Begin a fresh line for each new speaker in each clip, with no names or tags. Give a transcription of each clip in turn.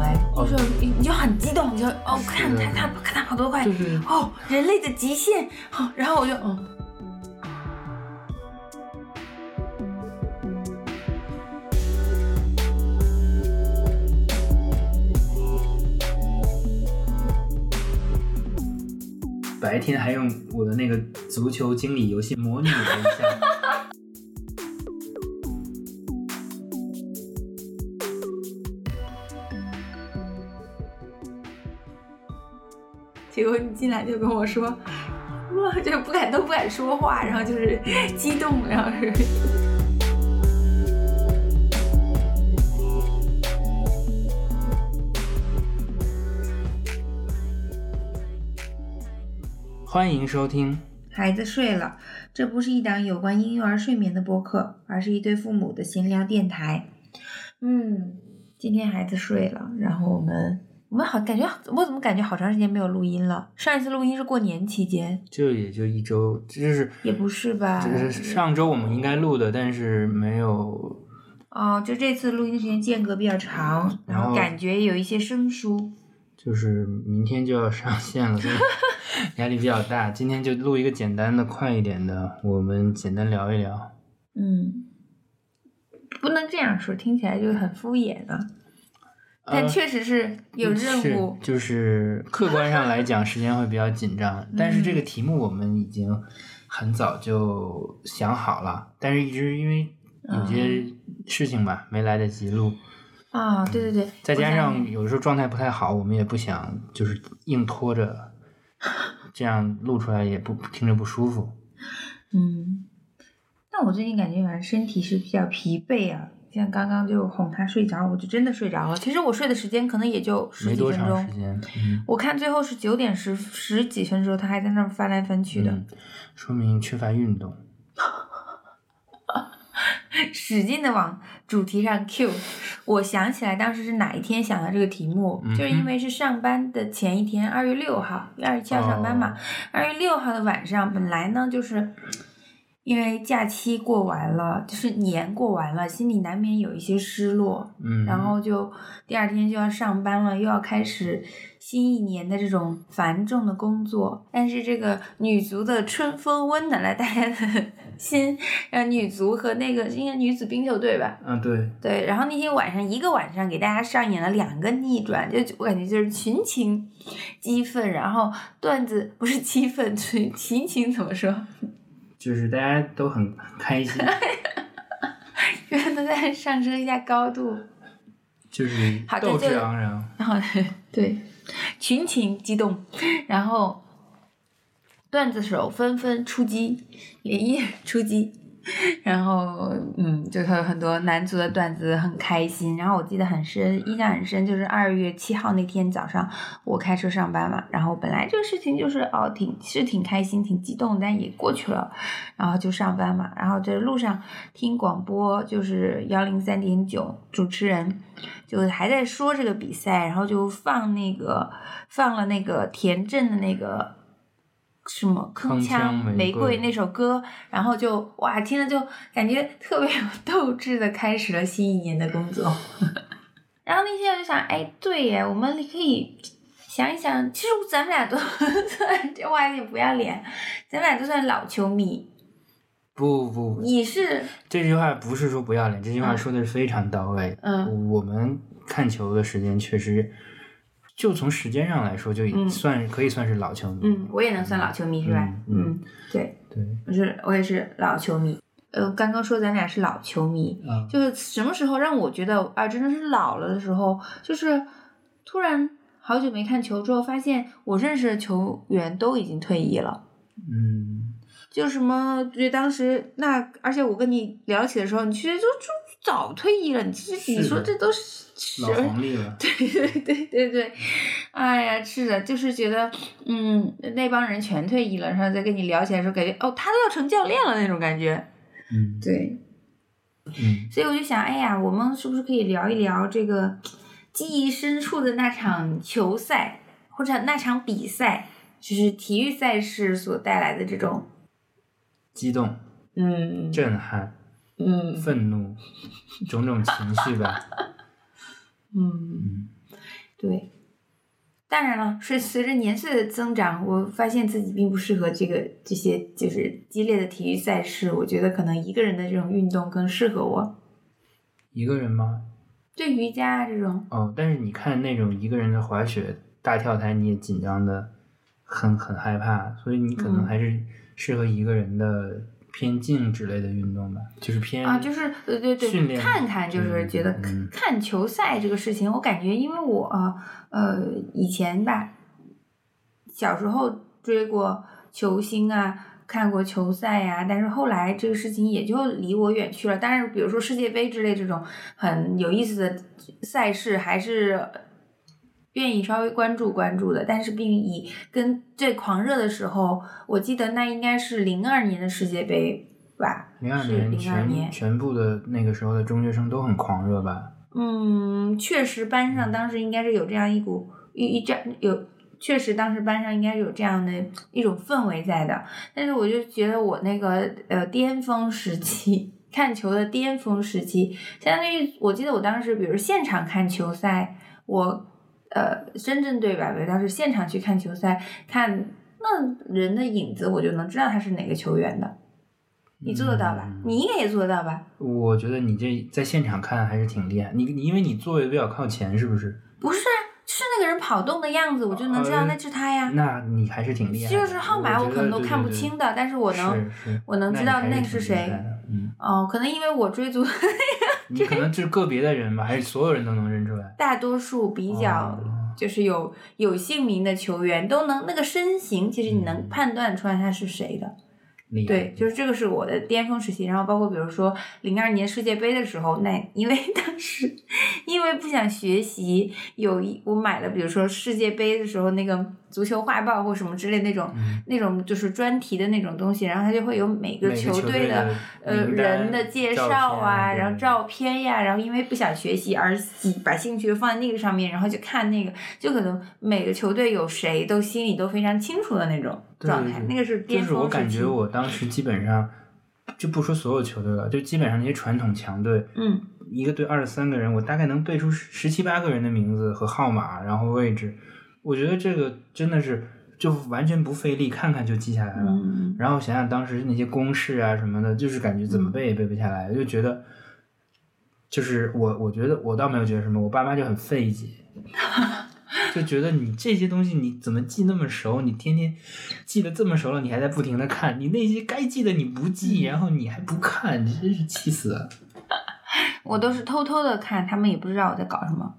哎
哦
就你就很激动，你就哦看他他看他跑多快，
就是
哦人类的极限，哦，然后我就嗯。
白天还用我的那个足球经理游戏模拟了一下。
结果你进来就跟我说，哇，就是不敢都不敢说话，然后就是激动，然后是。
欢迎收听，
孩子睡了，这不是一档有关婴幼儿睡眠的播客，而是一对父母的闲聊电台。嗯，今天孩子睡了，然后我们
我们好感觉，我怎么感觉好长时间没有录音了？上一次录音是过年期间，
这也就一周，这是
也不是吧？
这是上周我们应该录的，但是没有。
哦，就这次录音时间间隔比较长，
嗯然
然
后
后感觉有一些生疏。
就是明天就要上 线了，所以压力比较大。今天就录一个简单的、快一点的，我们简单聊一聊。
嗯，不能这样说，听起来就很敷衍啊。
但
呃嗯
确实是有任务。
是就是客观上来讲，时间会比较紧张。但
嗯
是这个题目我们已经很早就想好了，但是一直因为
嗯
有些事情吧，没来得及录，
啊、对对对，
再加
我想
上有时候状态不太好，我们也不想就是硬 拖着，这样录出来也不听着不舒服。
嗯，但我最近感觉反正身体是比较疲惫啊，像刚刚就哄他睡着，我就真的睡着了。其实我睡的时间可能也就十
没
几
多
分
长
钟
时，间，嗯，
我看最后是九点十十几分的时候，他还在那儿翻来翻去的，
嗯说明缺乏运动。
使劲的往主题上 Q。我想起来当时是哪一天想到这个题目，
嗯哼
就是因为是上班的前一天，二月六号，二月七号上班
哦
嘛，二、月六号的晚上，本来呢就是。因为假期过完了，就是年过完了，心里难免有一些失落。
嗯，
然后就第二天就要上班了，又要开始新一年的这种繁重的工作。但是这个女足的春风温暖了大家的 心，让女足和那个应该女子冰球队吧，
啊，对，
对。然后那天晚上一个晚上给大家上演了两个逆转，就我感觉就是群情激愤，然后段子不是激愤，群群情怎么说？
就是大家都很开心，
让大家上升一下高度。
就是
好这
斗
就
志昂然。
然后对，群情激动， 然后段子手纷纷出击，连夜出击， 然后嗯，就会有很多男足的段子很开心。然后我记得很深，印象很深，就是二月七号那天早上，我开车上班嘛，然后本来这个事情就是哦，挺是挺开心、挺激动，但也过去了，然后就上班嘛，然后这路上听广播，就是幺零三点九主持人就还在说这个比赛，然后就放那个放了那个田震的那个。什么铿
铿锵
锵
玫
玫
瑰
瑰那首歌，然后就哇，听了就感觉特别有斗志的开始了新一年的工作。 然后那天我就想，哎，对耶，我们可以想一想，其实咱们俩都 算，这话有点不要脸，咱们俩都算老球迷。
不不，不
你是
这句话不是说不要脸，这句话说的是非常到位。
嗯
我们看球的时间确实，就从时间上来说，就已
嗯
算、可以算是老球迷。
嗯，我也能算老球迷是吧？
嗯
嗯，对，
对，
我是我也是老球迷。呃，刚刚说咱俩是老球迷，
啊，
就是什么时候让我觉得啊，真的是老了的时候，就是突然好久没看球之后，发现我认识的球员都已经退役了。
嗯，
就什么，就当时那，而且我跟你聊起的时候，你其实就就早退役了，你其实你
是
说
的
这都是十
老黄 历了。
对对对对对，哎呀，是的，就是觉得，嗯，那帮人全退役了，然后再跟你聊起来的时候，感觉哦，他都要成教练了那种感觉。
嗯
对，
嗯，
所以我就想，哎呀，我们是不是可以聊一聊这个记忆深处的那场球赛，或者那场比赛，就是体育赛事所带来的这种，
激动、
嗯
震撼、
嗯
愤怒，种种情绪吧。
嗯，
嗯，
对，当然了，是随着年岁的增长，我发现自己并不适合这个这些就是激烈的体育赛事。我觉得可能一个人的这种运动更适合我，
一个人吗？
对瑜伽啊这种，
哦，但是你看那种一个人的滑雪、大跳台，你也紧张的很很害怕，所以你可能
嗯
还是适合一个人的偏静之类的运动吧，就是偏
啊，就是呃对
训
对，
练
看看就是
嗯
觉得
嗯
看球赛这个事情，我感觉因为我呃以前吧，小时候追过球星啊。看过球赛呀、但是后来这个事情也就离我远去了。但是，比如说世界杯之类这种很有意思的赛事，还是愿意稍微关注关注的。但是，并以跟最狂热的时候，我记得那应该是零二年的世界杯吧，
零二
是
年
02
全
年
全部的那个时候的中学生都很狂热吧？
嗯，确实班上当时应该是有这样一股一一这样有，确实当时班上应该有这样的一种氛围在的。但是我就觉得我那个呃巅峰时期 看球的巅峰时期，相当于我记得我当时比如现场看球赛，我呃深圳队吧，我当时现场去看球赛，看那人的影子，我就能知道他是哪个球员的。你做得到吧？
嗯
你应该也做得到吧？
我觉得你这在现场看还是挺厉害，你你因为你座位比较靠前，是不是？
不是啊，是那个人跑动的样子，我就能知道
呃
那是他呀。
那你还是挺厉害的。
啊就是号码
我
我
觉
可能
得
都
对
看
对
不
对
清的，但是我能，
是是
我能知道
那
那个
你还是
是
挺厉
谁
害的。嗯，
哦，可能因为我追逐
你可能就是个别的人吧，还是所有人都能认出来？
大多数比较
哦
就是有有姓名的球员都能那个身形，其实你能
嗯
判断出来他是谁的。
厉害。
对，就是这个是我的巅峰时期，然后包括比如说零二年世界杯的时候，那因为 当时因为不想学习，有一我买了比如说世界杯的时候那个足球画报或什么之类那种。
嗯
那种就是专题的那种东西，然后它就会有每
每
个
个
球队
队
的呃
名
人的
单
介
照
绍
片
啊，
对
然后照片呀、然后因为不想学习而喜把兴趣放在那个上面，然后就看那个，就可能每个球队有谁都心里都非常清楚的那种
对
状
对
态，
对
那个是巅
就是我
峰时
感
期
觉。我当时基本上就不说所有球队了，就基本上那些传统强队，
嗯，
一个队二十三个人，我大概能背出十七八个人的名字和号码，然后位置。我觉得这个真的是就完全不费力，看看就记下来了。
嗯，
然后想想当时那些公式啊什么的，就是感觉怎么背也背不下来，就觉得，就是我我觉得我倒没有觉得什么，我爸妈就很费解，就觉得你这些东西你怎么记那么熟？你天天记得这么熟了，你还在不停的看，你那些该记的你不记，然后你还不看，真是气死了。
我都是偷偷的看，他们也不知道我在搞什么。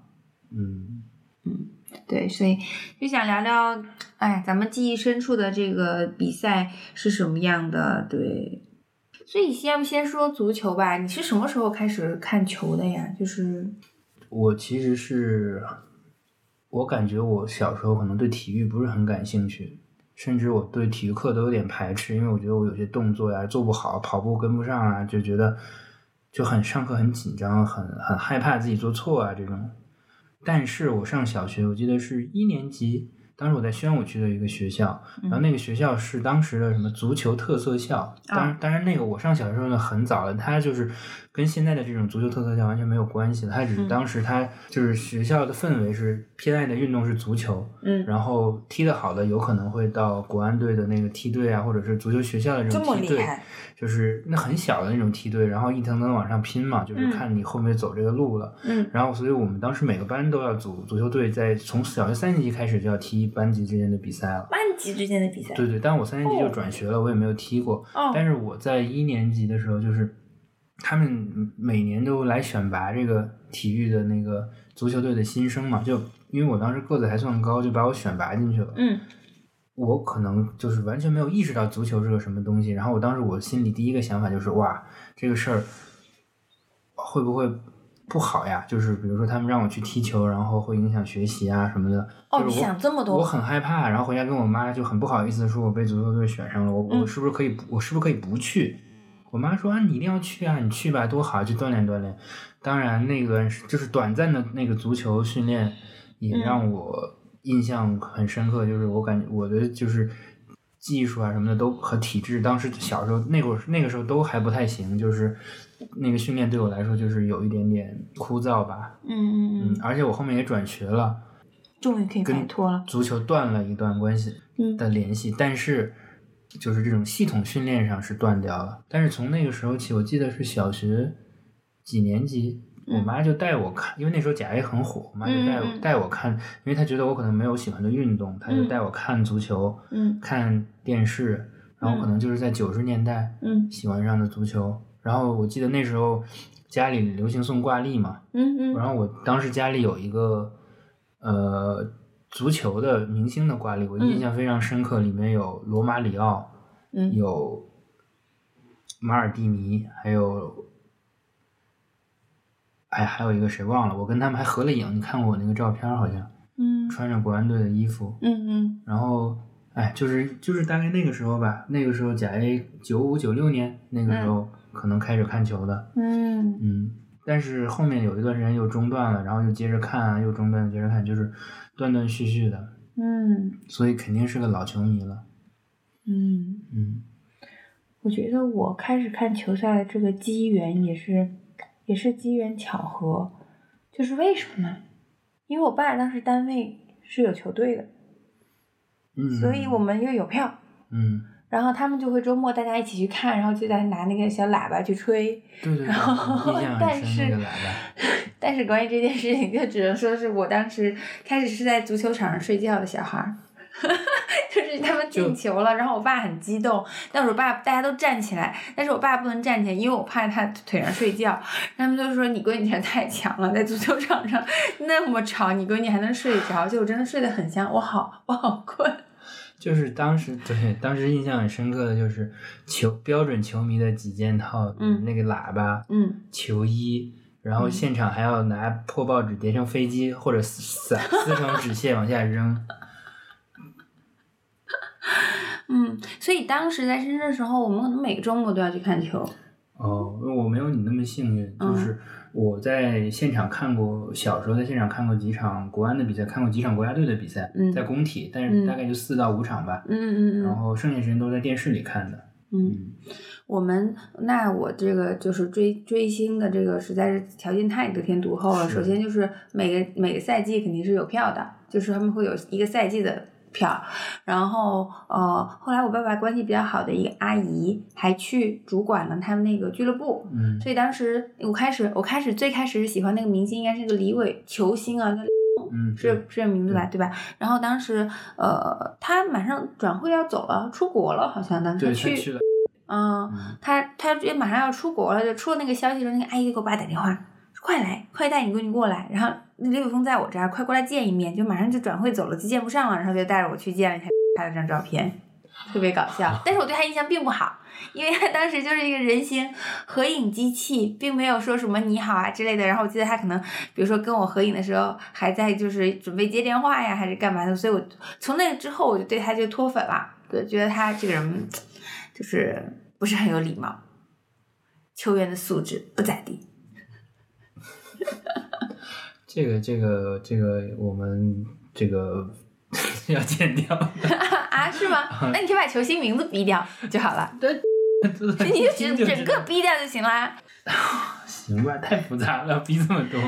嗯，
对，所以就想聊聊，哎，咱们记忆深处的这个比赛是什么样的？对，所以先要不先说足球吧？你是什么时候开始看球的呀？就是
我其实是，我感觉我小时候可能对体育不是很感兴趣，甚至我对体育课都有点排斥，因为我觉得我有些动作呀做不好，跑步跟不上啊，就觉得就很上课很紧张，很很害怕自己做错啊这种。但是我上小学，我记得是一年级，当时我在宣武区的一个学校，然后那个学校是当时的什么足球特色校，当然当然那个我上小时候呢很早了，它就是跟现在的这种足球特色校完全没有关系，它只是
嗯
当时它就是学校的氛围是偏爱的运动是足球，
嗯，
然后踢得好的有可能会到国安队的那个梯队啊，或者是足球学校的这
这么
种梯
厉
队，
害，
就是那很小的那种梯队，然后一层层往上拼嘛，就是
嗯
看你后面走这个路了。
嗯
然后，所以我们当时每个班都要组足球队，在从小学三年级开始就要踢班级之间的比赛了。
班级之间的比赛。
对对，但我三年级就
哦
转学了，我也没有踢过。
哦，
但是我在一年级的时候，就是他们每年都来选拔这个体育的那个足球队的新生嘛，就因为我当时个子还算高，就把我选拔进去了。
嗯
我可能就是完全没有意识到足球是个什么东西，然后我当时我心里第一个想法就是哇，这个事儿会不会不好呀？就是比如说他们让我去踢球，然后会影响学习啊什么的。
哦，
就
你
是我
想这么
我
多，
很害怕，然后回家跟我妈就很不好意思说，我被足球队选上了，我、我
嗯
是不是可以不，我是不是可以不去？我妈说啊，你一定要去啊，你去吧，多好，去锻炼锻炼。当然，那个是就是短暂的那个足球训练，也
嗯
让我印象很深刻，就是我感觉我的就是技术啊什么的都和体质，当时小时候那会儿那个时候都还不太行，就是那个训练对我来说就是有一点点枯燥吧，
嗯嗯
嗯
嗯，，
而且我后面也转学了，
终于可以摆
跟
脱了。
足球断了一段关系
嗯
的联系，但是就是这种系统训练上是断掉了。但是从那个时候起，我记得是小学几年级，我
嗯
妈就带我看，因为那时候甲 A 很火，我妈就带我、
嗯嗯嗯
带我看，因为她觉得我可能没有喜欢的运动，她就
嗯
带我看足球，
嗯
看电视，然后可能就是在九十年代
嗯
喜欢上的足球。然后我记得那时候家里流行送挂历嘛，
嗯嗯
然后我当时家里有一个呃足球的明星的挂历，我印象非常深刻，里面有罗马里奥，
嗯
有马尔蒂尼，还有。哎，还有一个谁忘了？我跟他们还合了影，你看过我那个照片儿好像
嗯
穿着国安队的衣服，
嗯嗯
然后，哎，就是就是大概那个时候吧，那个时候甲 A 九五九六年那个时候可能开始看球的，
嗯
嗯，但是后面有一段时间又中断了，然后又接着看啊，又中断，接着看，就是断断续续的，
嗯
所以肯定是个老球迷了，
嗯。
嗯
我觉得我开始看球赛的这个机缘也是，也是机缘巧合，就是为什么呢？因为我爸当时单位是有球队的，
嗯，
所以我们又有票，
嗯，
然后他们就会周末大家一起去看，然后就在拿那个小喇叭去吹。
对对对，
然后
印象
但
很深
是
那个喇叭，
但是关于这件事情，就只能说是我当时开始是在足球场上睡觉的小孩儿。 就是他们进球了，然后我爸很激动，但是我爸大家都站起来，但是我爸不能站起来，因为我怕他腿上睡觉。他们就说你闺女太强了，在足球场上那么吵，你闺女还能睡着？就我真的睡得很香，我好我好困。
就是当时对当时印象很深刻的就是球标准球迷的几件套，
嗯
那个喇叭，
嗯，
球衣，然后
嗯
现场还要拿破报纸叠成飞机或者撕撕撕成纸屑往下扔。
嗯，所以当时在深圳的时候，我们可能每个周末都要去看球。
哦，我没有你那么幸运，
嗯
就是我在现场看过，小时候在现场看过几场国安的比赛，看过几场国家队的比赛，
嗯
在工体，但
嗯
是大概就四到五场吧，
嗯嗯
然
嗯
后剩下时间都在电视里看的。
嗯，
嗯
我们那我这个就是追追星的这个实在是条件太得天独厚了。
是
首先就是每个每个赛季肯定是有票的，就是他们会有一个赛季的票。然后呃，后来我爸爸关系比较好的一个阿姨还去主管了他们那个俱乐部，
嗯
所以当时我开始我开始最开始是喜欢那个明星应该是个李伟球星啊，叫
嗯，
是是这名字吧，
对
对吧？然后当时，呃，他马上转会要走了，出国了，好像当时
对
他
他
去，
去了，
嗯，
嗯
他他也马上要出国了，就出了那个消息之后，那个阿姨就给我爸打电话，说快来，快带你闺女过来。然后李伟峰在我这儿，快过来见一面，就马上就转会走了，就见不上了，然后就带着我去见了他，拍了张照片。特别搞笑，但是我对他印象并不好，因为他当时就是一个人形合影机器，并没有说什么你好啊之类的。然后我记得他可能，比如说跟我合影的时候，还在就是准备接电话呀，还是干嘛的，所以我从那之后我就对他就脱粉了，对，觉得他这个人就是不是很有礼貌，球员的素质不咋地。
这个这个这个我们这个 要剪掉。
啊，是吗？那你就把球星名字逼掉就好了，你
你
就整整个逼掉就行啊啦。
行吧，太复杂了，逼这么多。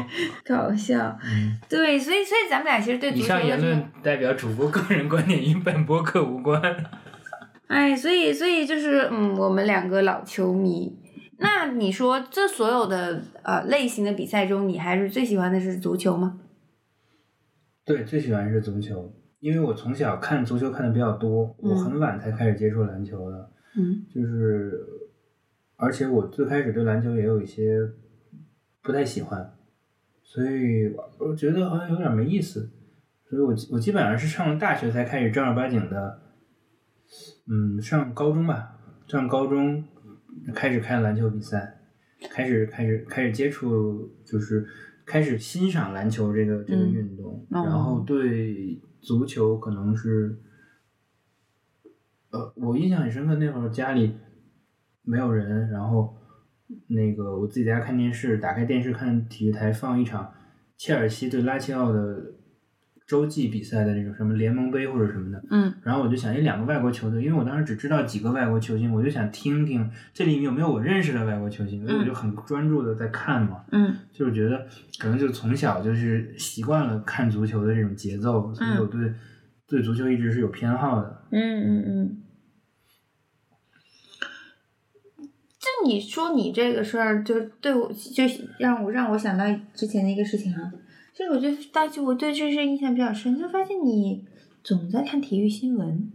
搞笑，
嗯，
对，所以所以咱们俩其实对足
以
球
上
有
言
什么
论代表主播个人观点，与本播客无关。
哎，所以所以就是，嗯，我们两个老球迷。那你说这所有的呃类型的比赛中，你还是最喜欢的是足球吗？
对，最喜欢是足球，因为我从小看足球看的比较多，我
嗯
很晚才开始接触篮球的，
嗯
就是，而且我最开始对篮球也有一些不太喜欢，所以我觉得好像有点没意思，所以我基我基本上是上了大学才开始正儿八经的，嗯，上高中吧，上高中开始看篮球比赛，开始开始开始接触，就是开始欣赏篮球这个这个
嗯
运动，
哦
然后对足球可能是，呃，我印象很深刻，那会儿家里没有人，然后那个我自己在家看电视，打开电视看体育台放一场切尔西对拉齐奥的洲际比赛的那种什么联盟杯或者什么的，
嗯，
然后我就想，一两个外国球队，因为我当时只知道几个外国球星，我就想听听这里有没有我认识的外国球星，所以我就很专注的在看嘛，
嗯
就是觉得可能就从小就是习惯了看足球的这种节奏，所以我对、对足球一直是有偏好的。
嗯嗯嗯，
就你说你这个事儿，就对我就让我让我想到之前的一个事情啊，就是我就当时我对这事印象比较深，就发现你总在看体育新闻。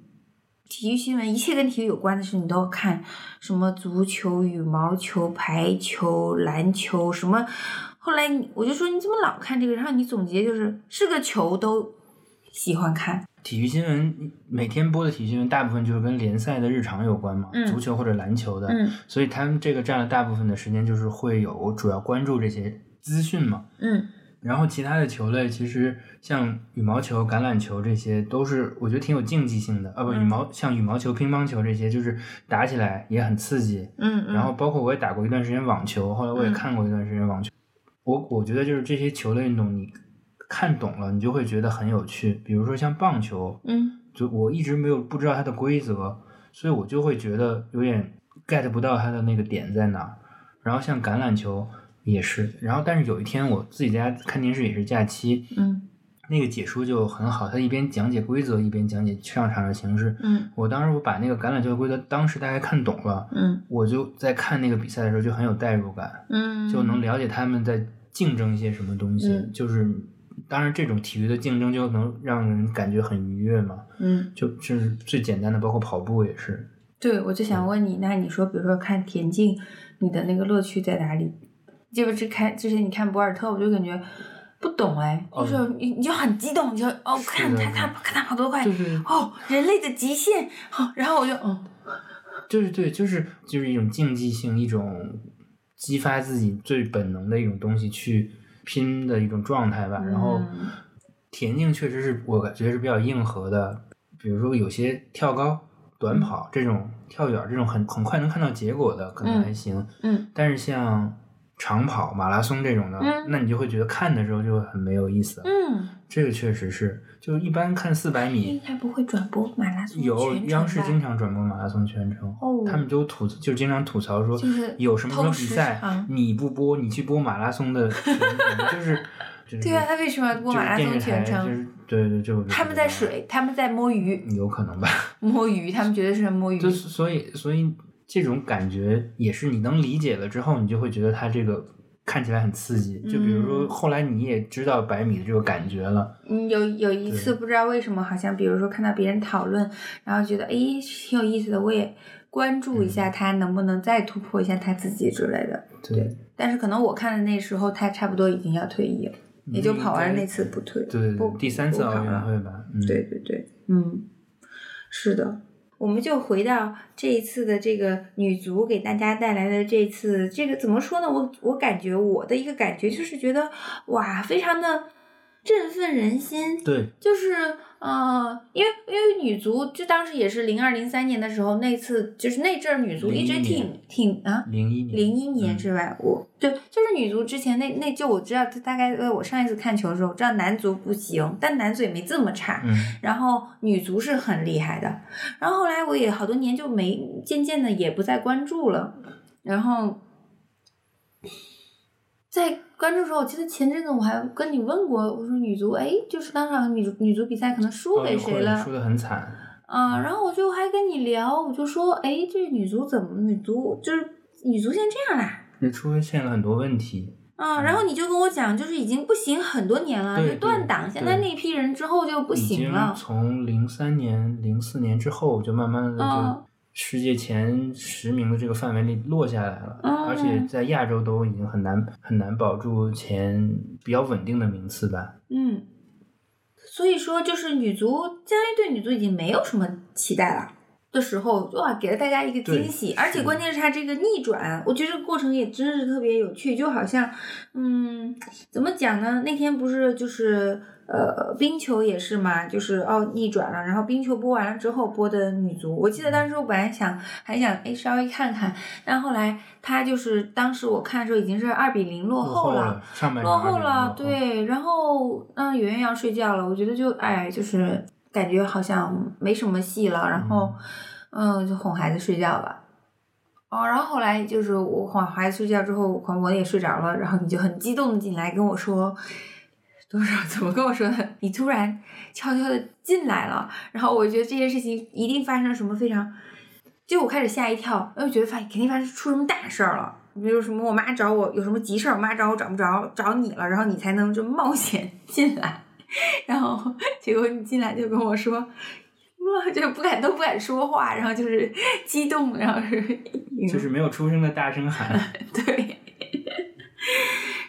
体育新闻，一切跟体育有关的事你都要看，什么足球、羽毛球、排球、篮球，什么。后来你我就说你怎么老看这个，然后你总结就是是个球都喜欢看。
体育新闻每天播的体育新闻，大部分就是跟联赛的日常有关嘛，
嗯
足球或者篮球的，
嗯
所以他们这个占了大部分的时间，就是会有主要关注这些资讯嘛。
嗯
然后其他的球类，其实像羽毛球、橄榄球这些，都是我觉得挺有竞技性的。啊
嗯
不，羽毛像羽毛球、乒乓球这些，就是打起来也很刺激。
嗯嗯。
然后包括我也打过一段时间网球，后来我也
嗯
看过一段时间网球。我我觉得就是这些球类运动，你看懂了，你就会觉得很有趣。比如说像棒球，
嗯
就我一直没有不知道它的规则，所以我就会觉得有点 get 不到它的那个点在哪儿。然后像橄榄球也是，然后但是有一天我自己在家看电视也是假期，
嗯
那个解说就很好，他一边讲解规则，一边讲解上场的形式。
嗯
我当时我把那个橄榄球的规则当时大概看懂了，
嗯
我就在看那个比赛的时候就很有代入感，
嗯，
就能了解他们在竞争一些什么东西。
嗯
就是当然这种体育的竞争就能让人感觉很愉悦嘛。
嗯。
就就是最简单的，包括跑步也是。
对，我就想问你，那你说，比如说看田径，你的那个乐趣在哪里？就是之看之前你看博尔特，我就感觉不懂哎，就是你你就很激动，你就哦看
的
他
哦是
他
的
看他跑多快，
就是
哦人类的极限，哦，然后我就嗯
对对对，就是就是一种竞技性，一种激发自己最本能的一种东西去拼的一种状态吧。然后
嗯
田径确实是我感觉是比较硬核的，比如说有些跳高、
嗯
短跑这种跳远这种很很快能看到结果的，可能还行。
嗯
但是像长跑、马拉松这种的，
嗯
那你就会觉得看的时候就很没有意思。
嗯，
这个确实是，就一般看四百米。
应该不会转播马拉松
有
全程
央视
吧
经常转播马拉松全程，
哦
他们都吐就经常吐槽说，
就是
有什么什么
偷啊
比
时
赛
长
你不播，你去播马拉 松的全程，就是就是
对啊他为什么要播马拉松全程
就是电视台就是对对，就
他们在，水，他们在摸鱼，
有可能吧？
摸鱼，他们觉得是摸鱼，
就是所以所以这种感觉也是你能理解了之后，你就会觉得它这个。看起来很刺激，就比如说
嗯
后来你也知道百米的这个感觉了，
嗯，有有一
对
次不知道为什么，好像比如说看到别人讨论，然后觉得诶挺有意思的，我也关注一下
嗯
他能不能再突破一下他自己之类的。
对，
但是可能我看的那时候他差不多已经要退役了，也就跑完了那次不退，
嗯对
不
第三次
不跑
奥运
了
会吧，嗯，
对对对，嗯，是的。我们就回到这一次的这个女足给大家带来的这次这个怎么说呢？我我感觉我的一个感觉就是觉得哇，非常的振奋人心，
对，
就是呃，因为因为女足就当时也是零二零三年的时候，那次就是那阵儿女足一直
01
挺
年
挺啊。
零一年，
零一年
嗯
是吧？我对，就是女足之前那那就我知道，大概在我上一次看球的时候，我知道男足不行，但男足也没这么差。
嗯，
然后女足是很厉害的，然后后来我也好多年就没，渐渐的也不再关注了，然后在关注的时候，我记得前阵子我还跟你问过，我说女足，哎，就是当场女女足比赛可能输
奥
给
运
谁
哦会
了，
输的很惨，
啊，然后我就还跟你聊，我就说，哎，这女足怎么女足就是女足现在这样啦？
也出现了很多问题。
啊，然后你就跟我讲，就是已经不行很多年了，
嗯对
就断档。
对
现在
对
那批人之后就不
已
行
经
了。
从零三年、零四年之后，就慢慢的
嗯
就世界前十名的这个范围里落下来了，
嗯
而且在亚洲都已经很难很难保住前比较稳定的名次吧。
嗯，所以说就是女足，将来对女足已经没有什么期待了。的时候，哇，给了大家一个惊喜，
对
而且
是
关键是它这个逆转，我觉得这个过程也真是特别有趣，就好像，嗯，怎么讲呢？那天不是就是。呃，冰球也是嘛，就是哦逆转了，然后冰球播完了之后播的女足，我记得当时我本来想还想哎稍微看看，但后来她就是当时我看的时候已经是二比零落
落后
后了，，
上半场
落后
还没
了
落，后，
对。然后让圆圆要睡觉了，我觉得就哎，就是感觉好像没什么戏了。然后，嗯，就哄孩子睡觉吧。哦，然后后来就是我哄孩子睡觉之后，我我也睡着了，然后你就很激动的进来跟我说。多少怎么跟我说的？你突然悄悄的进来了，然后我觉得这件事情一定发生了什么非常，就我开始吓一跳，然后觉得发肯定发生出什么大事儿了，比如什么我妈找我有什么急事儿，我妈找我找不着找你了，然后你才能这么冒险 进来，然后结果你进来就跟我说，哇，就是不敢都不敢说话，然后就是激动，然后是
就是没有出声的大声喊，
对，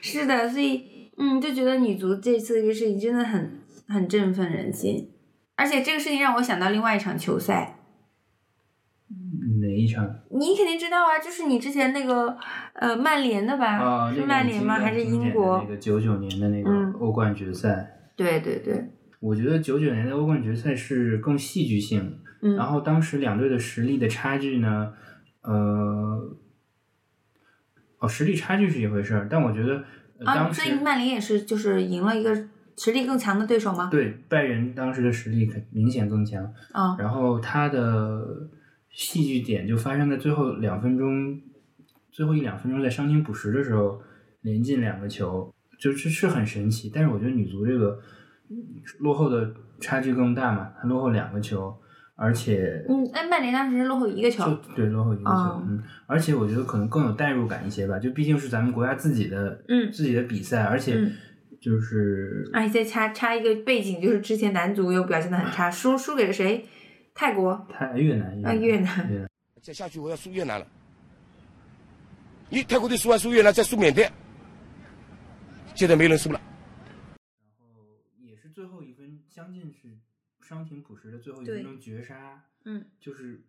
是的，所以嗯，就觉得女足这次这个事情真的很很振奋人心，而且这个事情让我想到另外一场球赛，
哪一场？
你肯定知道啊，就是你之前那个呃曼联的吧，
啊，那
是
个
曼联吗？
经典
还是
经
英
典的
国？
那个九九年的那
嗯
个欧冠决赛，
对对对，
我觉得九九年的欧冠决赛是更戏剧性，
嗯，
然后当时两队的实力的差距呢，呃，哦，实力差距是一回事儿，但我觉得、呃
啊，
当
所
时、
以曼联也是就是赢了一个实力更强的对手吗？
对拜仁当时的实力肯明显更强，
啊，
然后他的戏剧点就发生在最后两分钟，最后一两分钟在伤停补时的时候连进两个球，就是是很神奇。但是我觉得女足这个嗯落后的差距更大嘛，她落后两个球，而且
嗯，哎，曼联当时是落后一个球，
就对落后一个球
嗯哦，
嗯，而且我觉得可能更有代入感一些吧，就毕竟是咱们国家自己的
嗯
自己的比赛，而且
嗯啊
就是
而且插插一个背景，就是之前男足又表现的很差，输输给了谁？泰国
太嗯越南
啊，越南。
再下去我要输越南了。你泰国队输完输越南，再输缅甸，现在没人输了。
后呃也是最后一分，将近是伤停补时的最后一
对
分钟绝杀，
嗯，
就是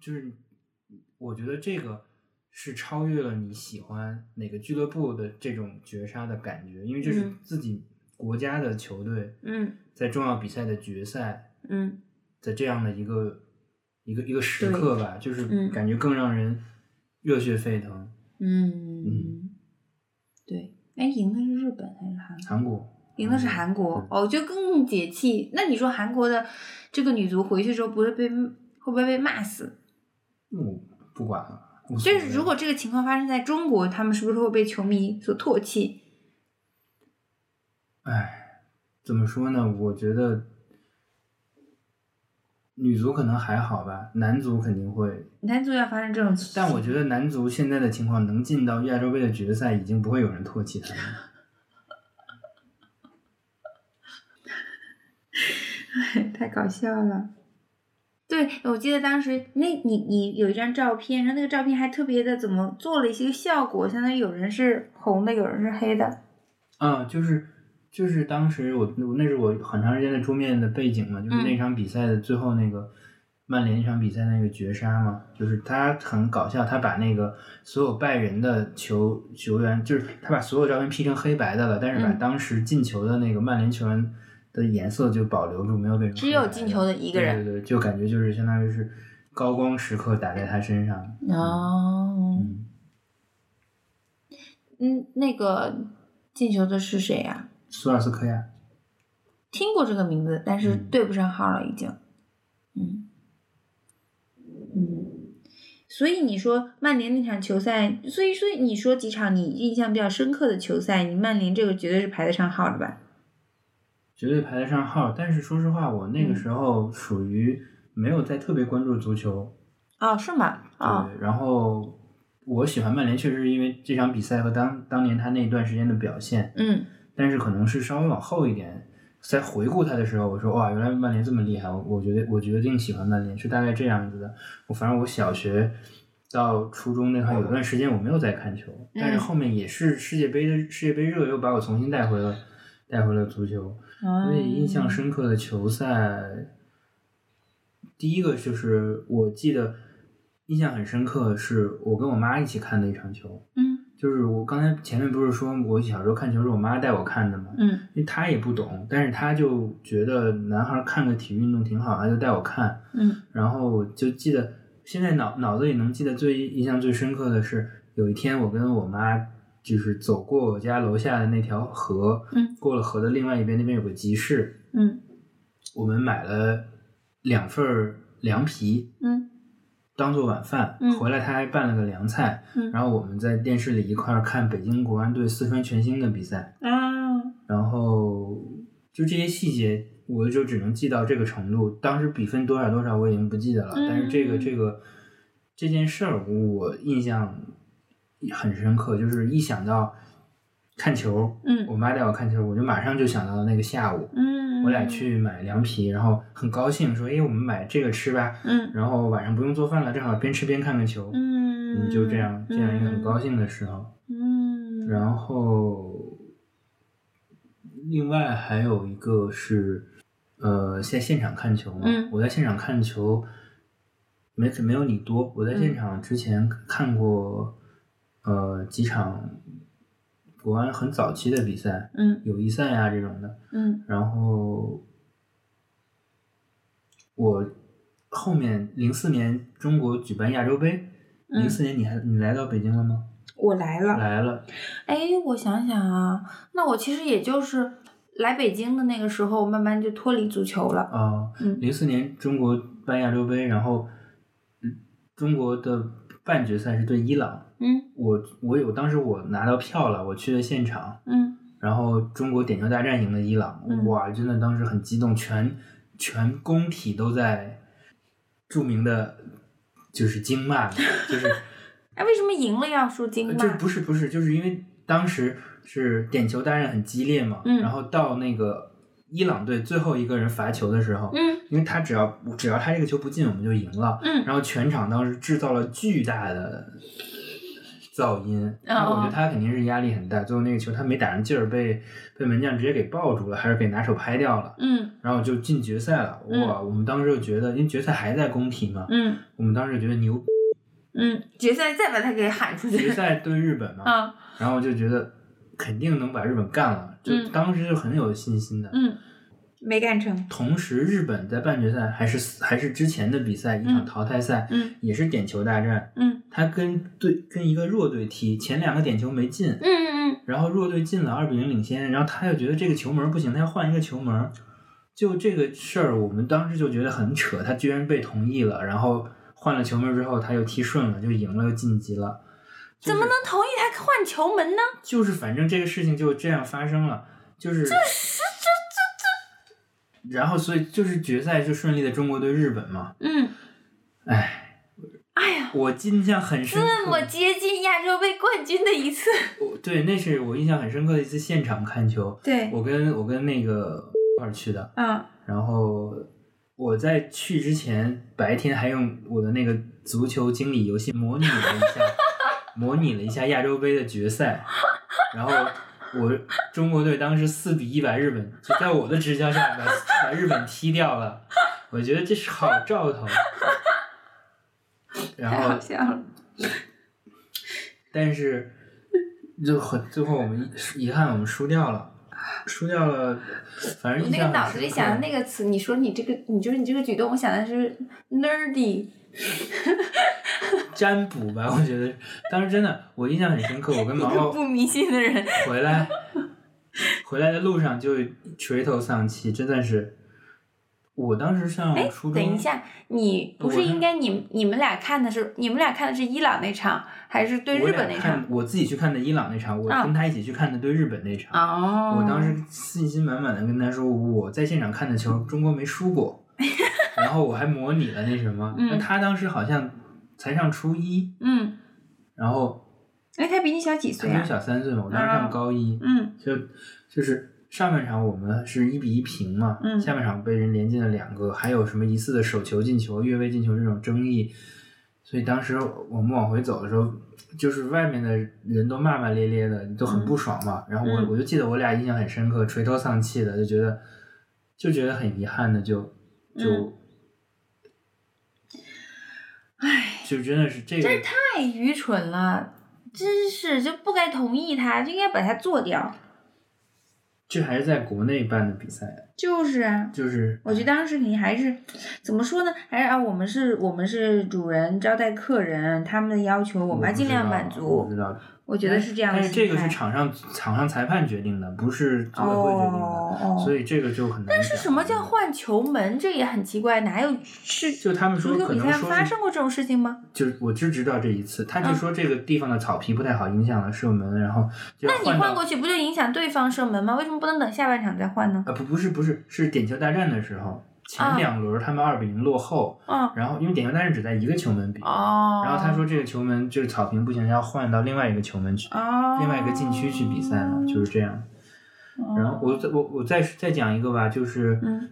就是，我觉得这个是超越了你喜欢哪个俱乐部的这种绝杀的感觉，因为这是
嗯
自己国家的球队，
嗯
在重要比赛的决赛
嗯，
的这样的一个一个一个时
对
刻吧，就是
嗯
感觉更让人热血沸腾。嗯
嗯，对，哎，赢的是日本还是韩国？
韩国
赢的是
嗯
韩国
对，
哦，就更解气。那你说韩国的这个女足回去之后，不是被会不会被骂死？
我不管了，无所
就
谓
是如果这个情况发生在中国，他们是不是会被球迷所唾弃？
唉，怎么说呢？我觉得女足可能还好吧，男足肯定会。
男足要发生这种，
但我觉得男足现在的情况能进到亚洲杯的决赛，已经不会有人唾弃他们了。
太搞笑了。对，我记得当时那你你有一张照片，然后那个照片还特别的怎么做了一些效果，相当于有人是红的，有人是黑的。
啊，就是就是当时我我那是我很长时间的桌面的背景嘛，就是那
嗯
场比赛的最后那个曼联一场比赛那个绝杀嘛，就是他很搞笑，他把那个所有拜仁的球球员，就是他把所有照片 P 成黑白的了，但是把
嗯
当时进球的那个曼联球员的颜色就保留住，没有变成
只
黑
有
白
进球的一个
对
人
对对，就感觉就是相当于是高光时刻打在他身上，
哦，
嗯。
嗯，那个进球的是谁呀、
索尔斯克亚，
听过这个名字，但是
嗯
对不上号了，已经。嗯，嗯，所以你说曼联那场球赛，所以所以你说几场你印象比较深刻的球赛，你曼联这个绝对是排得上号的吧？
绝对排得上号。但是说实话，我那个时候属于没有在特别关注足球，
哦，是吗？哦，
对。然后我喜欢曼联，确实是因为这场比赛和当当年他那段时间的表现，
嗯
但是可能是稍微往后一点。在回顾他的时候，我说哇，原来曼联这么厉害！我我觉得我决定喜欢曼联是大概这样子的。我反正我小学到初中那块有段时间我没有在看球，但是后面也是世界杯的世界杯热又把我重新带回了
嗯
带回了足球。所以印象深刻的球赛，第一个就是我记得印象很深刻，是我跟我妈一起看的一场球。
嗯
就是我刚才前面不是说我小时候看球是我妈带我看的吗？
嗯
因为她也不懂，但是她就觉得男孩看个体育运动挺好，她就带我看。
嗯
然后我就记得现在脑脑子里能记得最印象最深刻的是，有一天我跟我妈就是走过我家楼下的那条河，
嗯，
过了河的另外一边，那边有个集市，
嗯
我们买了两份儿凉皮，
嗯
当做晚饭，
嗯
回来他还拌了个凉菜，
嗯
然后我们在电视里一块儿看北京国安队四川全兴的比赛，
啊
然后就这些细节，我就只能记到这个程度。当时比分多少多少我已经不记得了，
嗯
但是这个这个这件事儿我印象很深刻，就是一想到看球，
嗯
我妈带我看球，我就马上就想到那个下午，
嗯，
我俩去买凉皮，然后很高兴说：“哎，我们买这个吃吧。”
嗯
然后晚上不用做饭了，正好边吃边看个球，
嗯，
你就这样，这样一个很高
兴，
兴的时候。
嗯，
然后，另外还有一个是，呃，在现场看球嘛，
嗯
我在现场看球，没没有你多。我在现
嗯
场之前看过，呃，几场国安很早期的比赛，
嗯
友谊赛啊这种的，
嗯
然后我后面零四年中国举办亚洲杯，
嗯
零四年你还你来到北京了吗？
我来了，
来了，
哎，我想想啊，那我其实也就是来北京的那个时候，慢慢就脱离足球了。
啊、
嗯
零四、年中国办亚洲杯，然后嗯中国的半决赛是对伊朗，
嗯
我我有当时我拿到票了，我去了现场，
嗯
然后中国点球大战赢了伊朗，
嗯
哇，真的当时很激动，全全工体都在著名的就是惊 骂，就是
哎，为什么赢了要说
呃
金
就
骂？
不是不是，就是因为当时是点球大战很激烈嘛，
嗯
然后到那个伊朗队最后一个人罚球的时候，
嗯
因为他只要只要他这个球不进，我们就赢了，
嗯
然后全场当时制造了巨大的。噪音，然
哦
后我觉得他肯定是压力很大。最后那个球他没打上劲儿，被被门将直接给抱住了，还是给拿手拍掉了，
嗯
然后就进决赛了。哇！我们当时就觉得，因为决赛还在工体嘛，
嗯
我们当时就觉得牛逼。
嗯，
决赛再把他给喊出
决
去。
赛对日本嘛，
啊
然后我就觉得肯定能把日本干了，就
嗯
当时就很有信心的。
嗯
没干成，
同时，日本在半决赛还是还是之前的比赛一场淘汰赛，
嗯
也是点球大战，
嗯
他跟对跟一个弱队踢，前两个点球没进，
嗯嗯
然后弱队进了二比零领先，然后他又觉得这个球门不行，他要换一个球门。就这个事儿，我们当时就觉得很扯，他居然被同意了，然后换了球门之后，他又踢顺了，就赢了，又晋级了。
怎么能同意他换球门呢？
就是反正这个事情就这样发生了，就是这这这这，然后所以就是决赛就顺利的中国对日本嘛，
嗯，
哎，
哎呀，
我印象很深刻，
这么接近亚洲杯冠军的一次。
我对，那是我印象很深刻的一次现场看球，
对，
我跟我跟那个一块儿去的，
嗯
然后我在去之前白天还用我的那个足球经理游戏模拟了一下，模拟了一下亚洲杯的决赛，然后我中国队当时四比一把日本就在我的执教下把把日本踢掉了，我觉得这是好兆头。 然
太好
后，
笑了，
但是就很最后我们遗憾我们输掉了，输掉了，反正
我
印
那个
象
脑
很
子
深
里
刻
想的那个词，你说你这个，你就是你这个举动，我想的是 nerdy。
占卜吧，我觉得当时真的我印象很深刻。我跟毛毛
不迷信的人，
回来， 回来的路上就垂头丧气，真的是。我当时上
哎
初中，
等一，下，你不
嗯我
是
是
应该你你们俩看的是你们俩看的是伊朗那场，还是对
我
日本
俩
那场？
看我自己去看的伊朗那场，我
啊
跟他一起去看的对日本那场。
哦
我当时信心满满的跟他说，我在现场看的球，中国没输过。然后我还模拟了那什么，
嗯
那他当时好像才上初一，
嗯，
然后
哎，他比你小几
他
岁
比我
啊？
小三岁嘛，我当时上高一。
嗯
就就是上半场我们是一比一平嘛，
嗯
下半场被人连进了两个，还有什么疑似的手球进球、越位进球这种争议，所以当时我们往回走的时候，就是外面的人都骂骂咧咧的，都很不爽嘛。然后我
嗯
我就记得我俩印象很深刻，垂
嗯
头丧气的，就觉得就觉得很遗憾的就就。
唉，
就真的是这个
真是太愚蠢了，真是就不该同意他，就应该把他做掉。
这还是在国内办的比赛，
就是啊，
就是
我觉得当时你还是怎么说呢？还是啊，我们是我们是主人招待客人，他们的要求我们要
不
尽
知
量
道
满
我不
足
知。道，
我觉得是这样的
哎但是这
心
个是
态。
场上场上裁判决定的，不是组委会决定的，
哦哦，
所以这个就很难讲。
但是什么叫换球门？这也很奇怪，哪有是
就他们说
足球
可
比
能
赛
说
发
是
生过这种事情吗？
就我就知道这一次，他就
嗯
说这个地方的草皮不太好，影响了射门，然后就要
那你
换
换
到
过去不就影响对方射门吗？为什么不能等下半场再换呢？
啊不不是不是是点球大战的时候，前
啊
两轮他们二比零落后，
嗯，
然后因为点球大战只在一个球门比，
哦，
然后他说这个球门就是草坪不行，要换到另外一个球门去，
哦，
另外一个禁区去比赛嘛，就是这样。然后我再我我再再讲一个吧，就是
嗯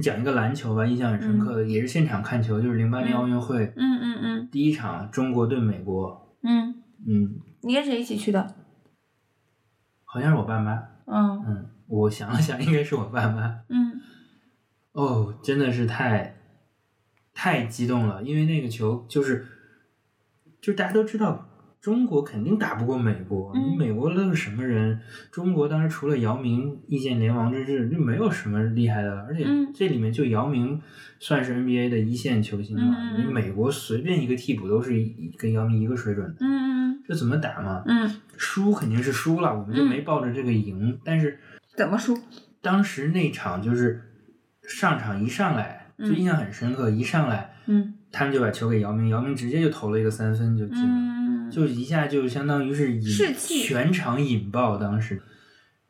讲一个篮球吧，印象很深刻的，也是现场看球，就是零八年
嗯
奥运会
嗯嗯嗯
第一场中国对美国，
嗯，
嗯，
你跟谁一起去的？
好像是我爸妈，
嗯
嗯，我想了想，应该是我爸妈。
嗯
哦，真的是太太激动了，因为那个球就是，就大家都知道，中国肯定打不过美国。
嗯
你美国都是什么人？中国当时除了姚明、易建联、王治郅，就没有什么厉害的了。而且
嗯
这里面就姚明算是 NBA 的一线球星
嗯
嘛，
嗯嗯
你美国随便一个替补都是一跟姚明一个水准的，
嗯
这怎么打嘛？
嗯嗯，
输肯定是输了，我们就
嗯
没抱着这个赢，但是。
怎么输？
当时那场就是上场一上来就
嗯
印象很深刻，一上来
嗯
他们就把球给姚明，姚明直接就投了一个三分就进了，
嗯，
就一下就相当于是引
士气
全场引爆，当时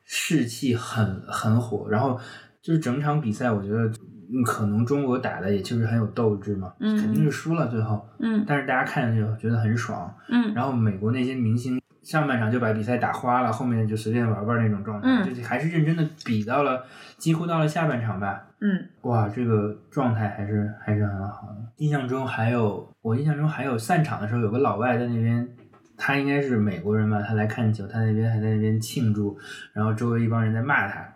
士气很很火，然后就是整场比赛，我觉得嗯可能中国打的也就是很有斗志嘛，
嗯
肯定是输了最后，
嗯
但是大家看着就觉得很爽，
嗯
然后美国那些明星上半场就把比赛打花了，后面就随便玩玩那种状态，
嗯
就是还是认真的比到了，几乎到了下半场吧。
嗯
哇，这个状态还是还是很好的。印象中还有，我印象中还有散场的时候，有个老外在那边，他应该是美国人吧，他来看球，他那边还在那边庆祝，然后周围一帮人在骂他，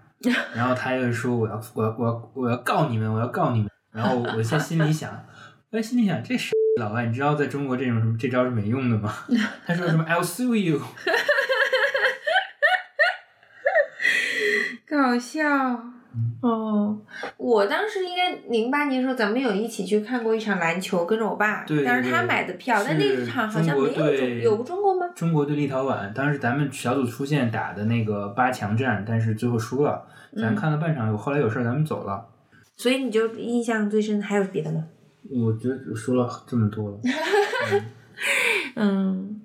然后他又说我要我要我要我要告你们，我要告你们。然后我在心里想，我在心里想，这是老外，你知道在中国这种什么这招是没用的吗？ 他说什么 I'll sue you，
搞笑。哦，我当时应该零八年的时候，咱们有一起去看过一场篮球，跟着我爸，
对对
当时他
对
买的票，但那
是
一场好像
中
没
国
有中
队
有中国吗？
中国对立陶宛，当时咱们小组出线打的那个八强战，但是最后输了。
嗯
咱看了半场，有后来有事儿咱们走了。
所以你就印象最深还有别的吗？
我觉得说了这么多了，
嗯，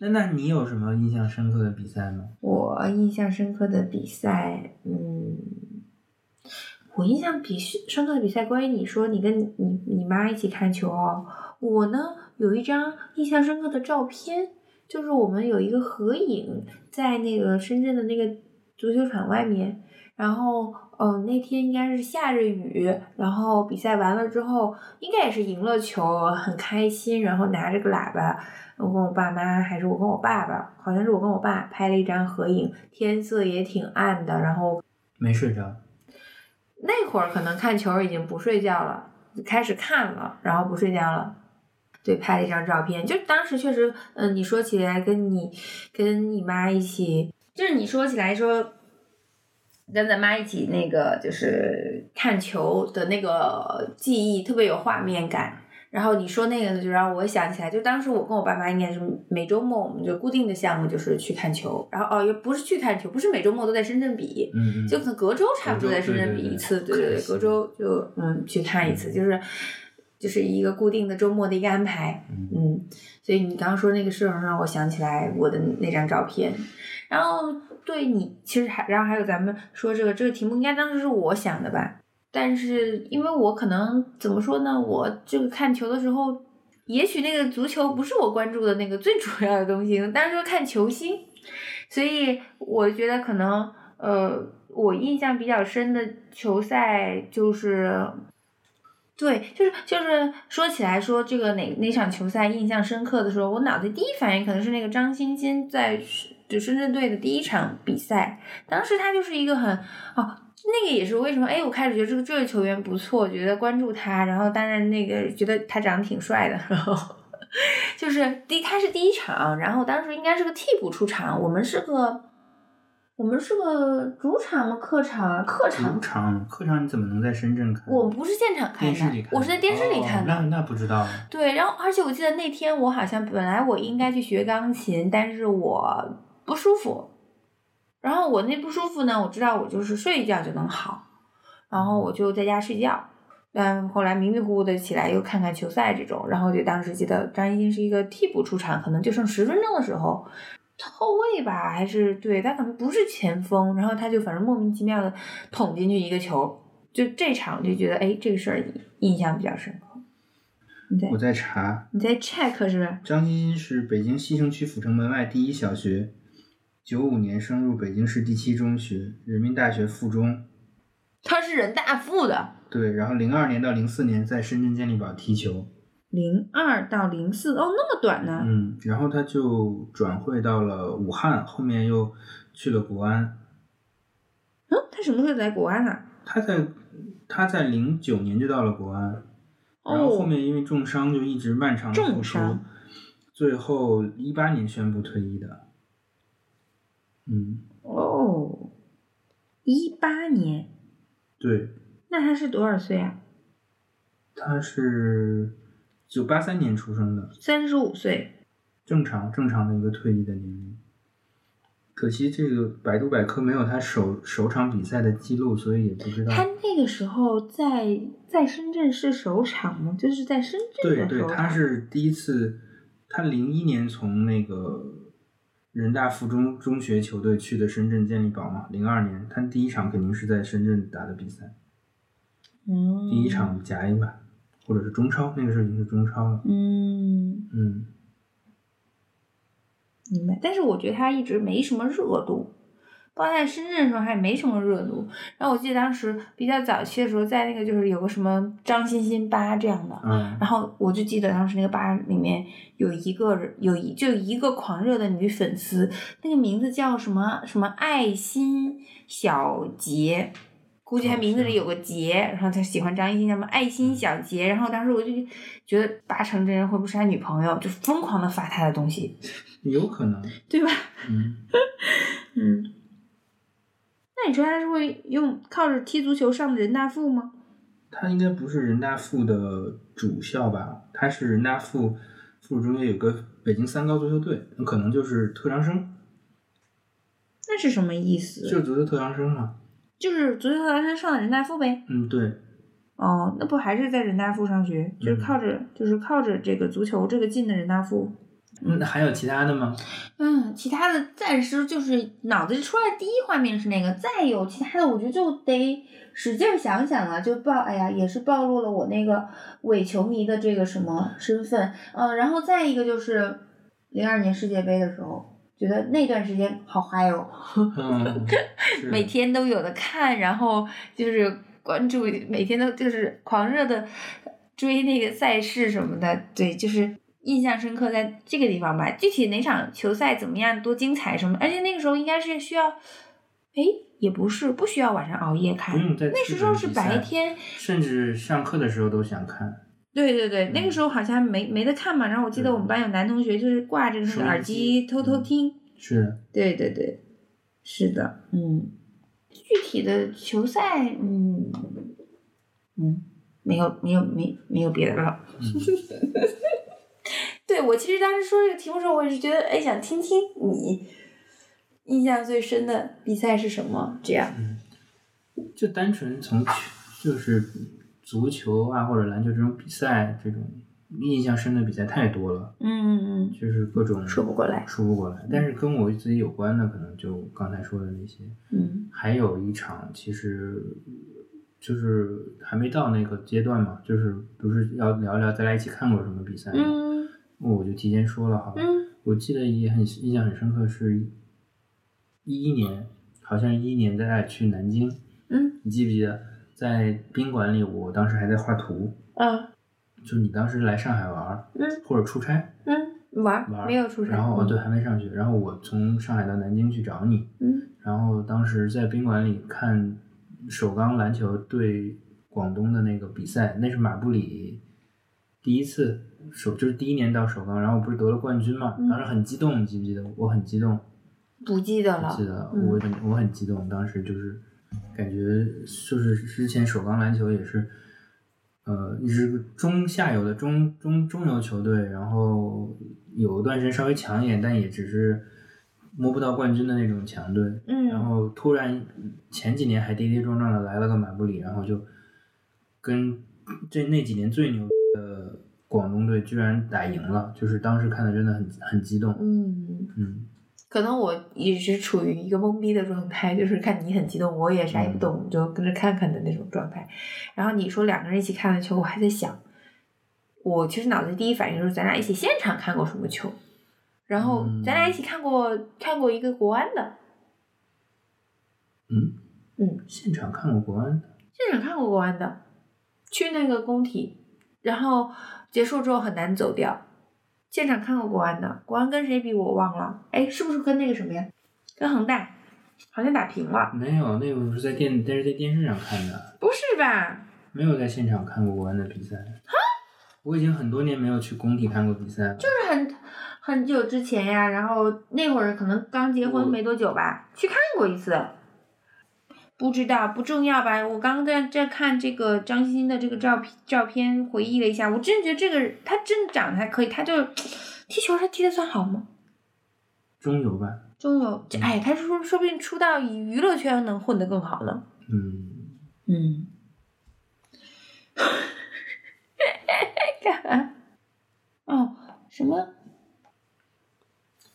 那那你有什么印象深刻的比赛吗？
我印象深刻的比赛，嗯，我印象比深刻的比赛，关于你说你跟你你你妈一起看球哦，我呢有一张印象深刻的照片，就是我们有一个合影在那个深圳的那个足球场外面，然后嗯、呃那天应该是下着雨，然后比赛完了之后，应该也是赢了球，很开心，然后拿着个喇叭，我跟我爸妈还是我跟我爸爸，好像是我跟我爸拍了一张合影，天色也挺暗的，然后
没睡着，
那会儿可能看球已经不睡觉了，开始看了，然后不睡觉了。对，拍了一张照片，就当时确实，嗯，你说起来跟你跟你妈一起，就是你说起来说跟咱妈一起那个就是看球的那个记忆特别有画面感，然后你说那个呢，就让我想起来，就当时我跟我爸妈应该是每周末我们就固定的项目就是去看球，然后哦也不是去看球，不是每周末都在深圳比，
嗯嗯，
就可能隔周差不多在深圳比一次，
隔周
对
对对对
对，隔周就嗯去看一次，就是就是一个固定的周末的一个安排，嗯，所以你刚刚说那个事儿让我想起来我的那张照片，然后对你其实还然后还有咱们说这个这个题目应该当时是我想的吧，但是因为我可能怎么说呢，我这个看球的时候。也许那个足球不是我关注的那个最主要的东西，当时看球星，所以我觉得可能呃，我印象比较深的球赛就是，对，就是就是说起来说这个哪哪场球赛印象深刻的时候，我脑袋第一反应可能是那个张欣欣在就深圳队的第一场比赛，当时他就是一个很哦。那个也是为什么哎，我开始觉得这个这个球员不错，觉得关注他，然后当然那个觉得他长得挺帅的，然后就是第他是第一场，然后当时应该是个替补出场，我们是个我们是个主场吗？客场啊，客场
主，场客场你怎么能在深圳看？
我不是现场看
嗯电视
的
里看，的，
我是在电视里看的。
哦、那那不知道啊，
对，然后而且我记得那天我好像本来我应该去学钢琴，但是我不舒服，然后我那不舒服呢，我知道我就是睡一觉就能好，然后我就在家睡觉。嗯，后来迷迷糊糊的起来，又看看球赛这种，然后就当时记得张怡静是一个替补出场，可能就剩十分钟的时候，后卫吧还是对他可能不是前锋，然后他就反正莫名其妙的捅进去一个球，就这场就觉得哎这个事儿印象比较深刻。你在
我在查，
你在 check 是不是？
张欣欣是北京西城区阜成门外第一小学，九五年升入北京市第七中学、人民大学附中，
他是人大附的，
对，然后零二年到零四年在深圳健力宝踢球，
零二到零四哦，那么短呢？
嗯，然后他就转会到了武汉，后面又去了国安。
嗯，他什么时候来国安啊？
他在他在零九年就到了国安，
哦
然后后面因为重伤就一直漫长的复
重
出
伤，
最后一八年宣布退役的。嗯，
哦，一八年，
对，
那他是多少岁啊？
他是九八三年出生的，
三十五岁。
正常正常的一个退役的年龄。可惜这个百度百科没有他首首场比赛的记录，所以也不知道。
他那个时候在在深圳是首场吗？就是在深圳
对
的
对
首，
他
场。
是第一次，他零一年从那个人大附中中学球队去的深圳健力宝嘛，零二年他第一场肯定是在深圳打的比赛，
嗯，
第一。场甲 A 吧，或者是中超，那个时候已经是中超了，
嗯，
嗯，
明白。但是我觉得他一直没什么热度。包括在深圳的时候还没什么热度，然后我记得当时比较早期的时候，在那个就是有个什么张欣欣吧这样的，
啊，
然后我就记得当时那个吧里面有一个人，有一就有一个狂热的女粉丝，那个名字叫什么什么爱心小杰，估计她名字里有个杰，然后她喜欢张艺兴，什么爱心小杰，然后当时我就觉得八成这人会不会是他女朋友，就疯狂的发他的东西，
有可能，
对吧？
嗯，
嗯。那你说他是会用靠着踢足球上人大附吗？
他应该不是人大附的主校吧？他是人大附附中间有个北京三高足球队，那可能就是特长生，
那是什么意思？
就是足球特长生嘛，
就是足球特长生上的人大附呗。
嗯，对，
哦，那不还是在人大附上学，就是
嗯
靠着、就是靠着这个足球这个进的人大附。
嗯，还有其他的吗？
嗯，其他的暂时就是脑子出来第一画面是那个，再有其他的，我觉得就得使劲儿想想了，就暴哎呀，也是暴露了我那个伪球迷的这个什么身份。嗯，然后再一个就是零二年世界杯的时候，觉得那段时间好嗨哦。
嗯，是
每天都有的看，然后就是关注，每天都就是狂热的追那个赛事什么的，对，就是印象深刻在这个地方吧。具体哪场球赛怎么样，多精彩什么，而且那个时候应该是需要，哎，也不是不需要晚上熬夜看
不，用再
那
去
时候
看
是
比赛
白天，
甚至上课的时候都想看
对对对，那个
嗯
时候好像没没得看嘛。然后我记得
对
我们班有男同学就是挂着那
收
个
音
耳
机
机偷偷
嗯
听，
是的，
对对对，是的，嗯，具体的球赛，嗯嗯，没有没有没没有别的了。
嗯
对我其实当时说这个题目的时候，我也是觉得，哎，想听听你印象最深的比赛是什么？这样，
就单纯从球就是足球啊或者篮球这种比赛，这种印象深的比赛太多了，
嗯嗯
就是各种
说不过来
说不过来。但是跟我自己有关的，可能就刚才说的那些，
嗯
还有一场其实。就是还没到那个阶段嘛，就是不是要聊一聊大家一起看过什么比赛吗？
嗯
我就提前说了好了，
嗯
我记得也很印象很深刻，是一一年，好像一一年咱俩去南京，
嗯
你记不记得在宾馆里，我当时还在画图，
啊
就你当时来上海玩儿
嗯
或者出差，
嗯，玩儿
玩儿
没有出差，
然后哦对，还没上学。然后我从上海到南京去找你，
嗯，
然后当时在宾馆里看首钢篮球对广东的那个比赛，那是马布里第一次首就是第一年到首钢，然后不是得了冠军嘛，
嗯
当时很激动，你记不记得？我很激动，
不记得
我
了
记，得
嗯
我很我很激动，当时就是感觉就是之前首钢篮球也是，呃，一支中下游的中中中游球队，然后有一段时间稍微强一点，但也只是摸不到冠军的那种强队。然
嗯，
后突然前几年还跌跌撞撞的来了个马布里，然后就跟这那几年最牛的广东队居然打赢了，就是当时看的真的很很激动。
嗯。
嗯，
可能我一直处于一个懵逼的状态， 就是看你很激动，我也啥也不懂，就跟着看看的那种状态。然后你说两个人一起看的球，我还在想，我其实脑子第一反应就是咱俩一起现场看过什么球，然后
嗯
咱俩一起看过看过一个国安的，
现场看过国安的，
现场看过国安的，去那个工体，然后结束之后很难走掉。现场看过国安的，国安跟谁比我忘了，哎，是不是跟那个什么呀？跟恒大，好像打平了，
没有，那个是在电，但是在电视上看的，
不是吧？
没有在现场看过国安的比赛。我已经很多年没有去工体看过比赛了。
啊就是很很久之前呀、然后那会儿可能刚结婚
我
没多久吧，去看过一次。不知道不重要吧？我刚刚在在看这个张欣的这个照片照片，回忆了一下，我真的觉得这个他真的长得还可以，他就是踢球，他踢的算好吗？
中游吧，
中游，这哎，他说说不定出道以娱乐圈能混得更好呢。
嗯，
嗯， 干嘛？哦，什么？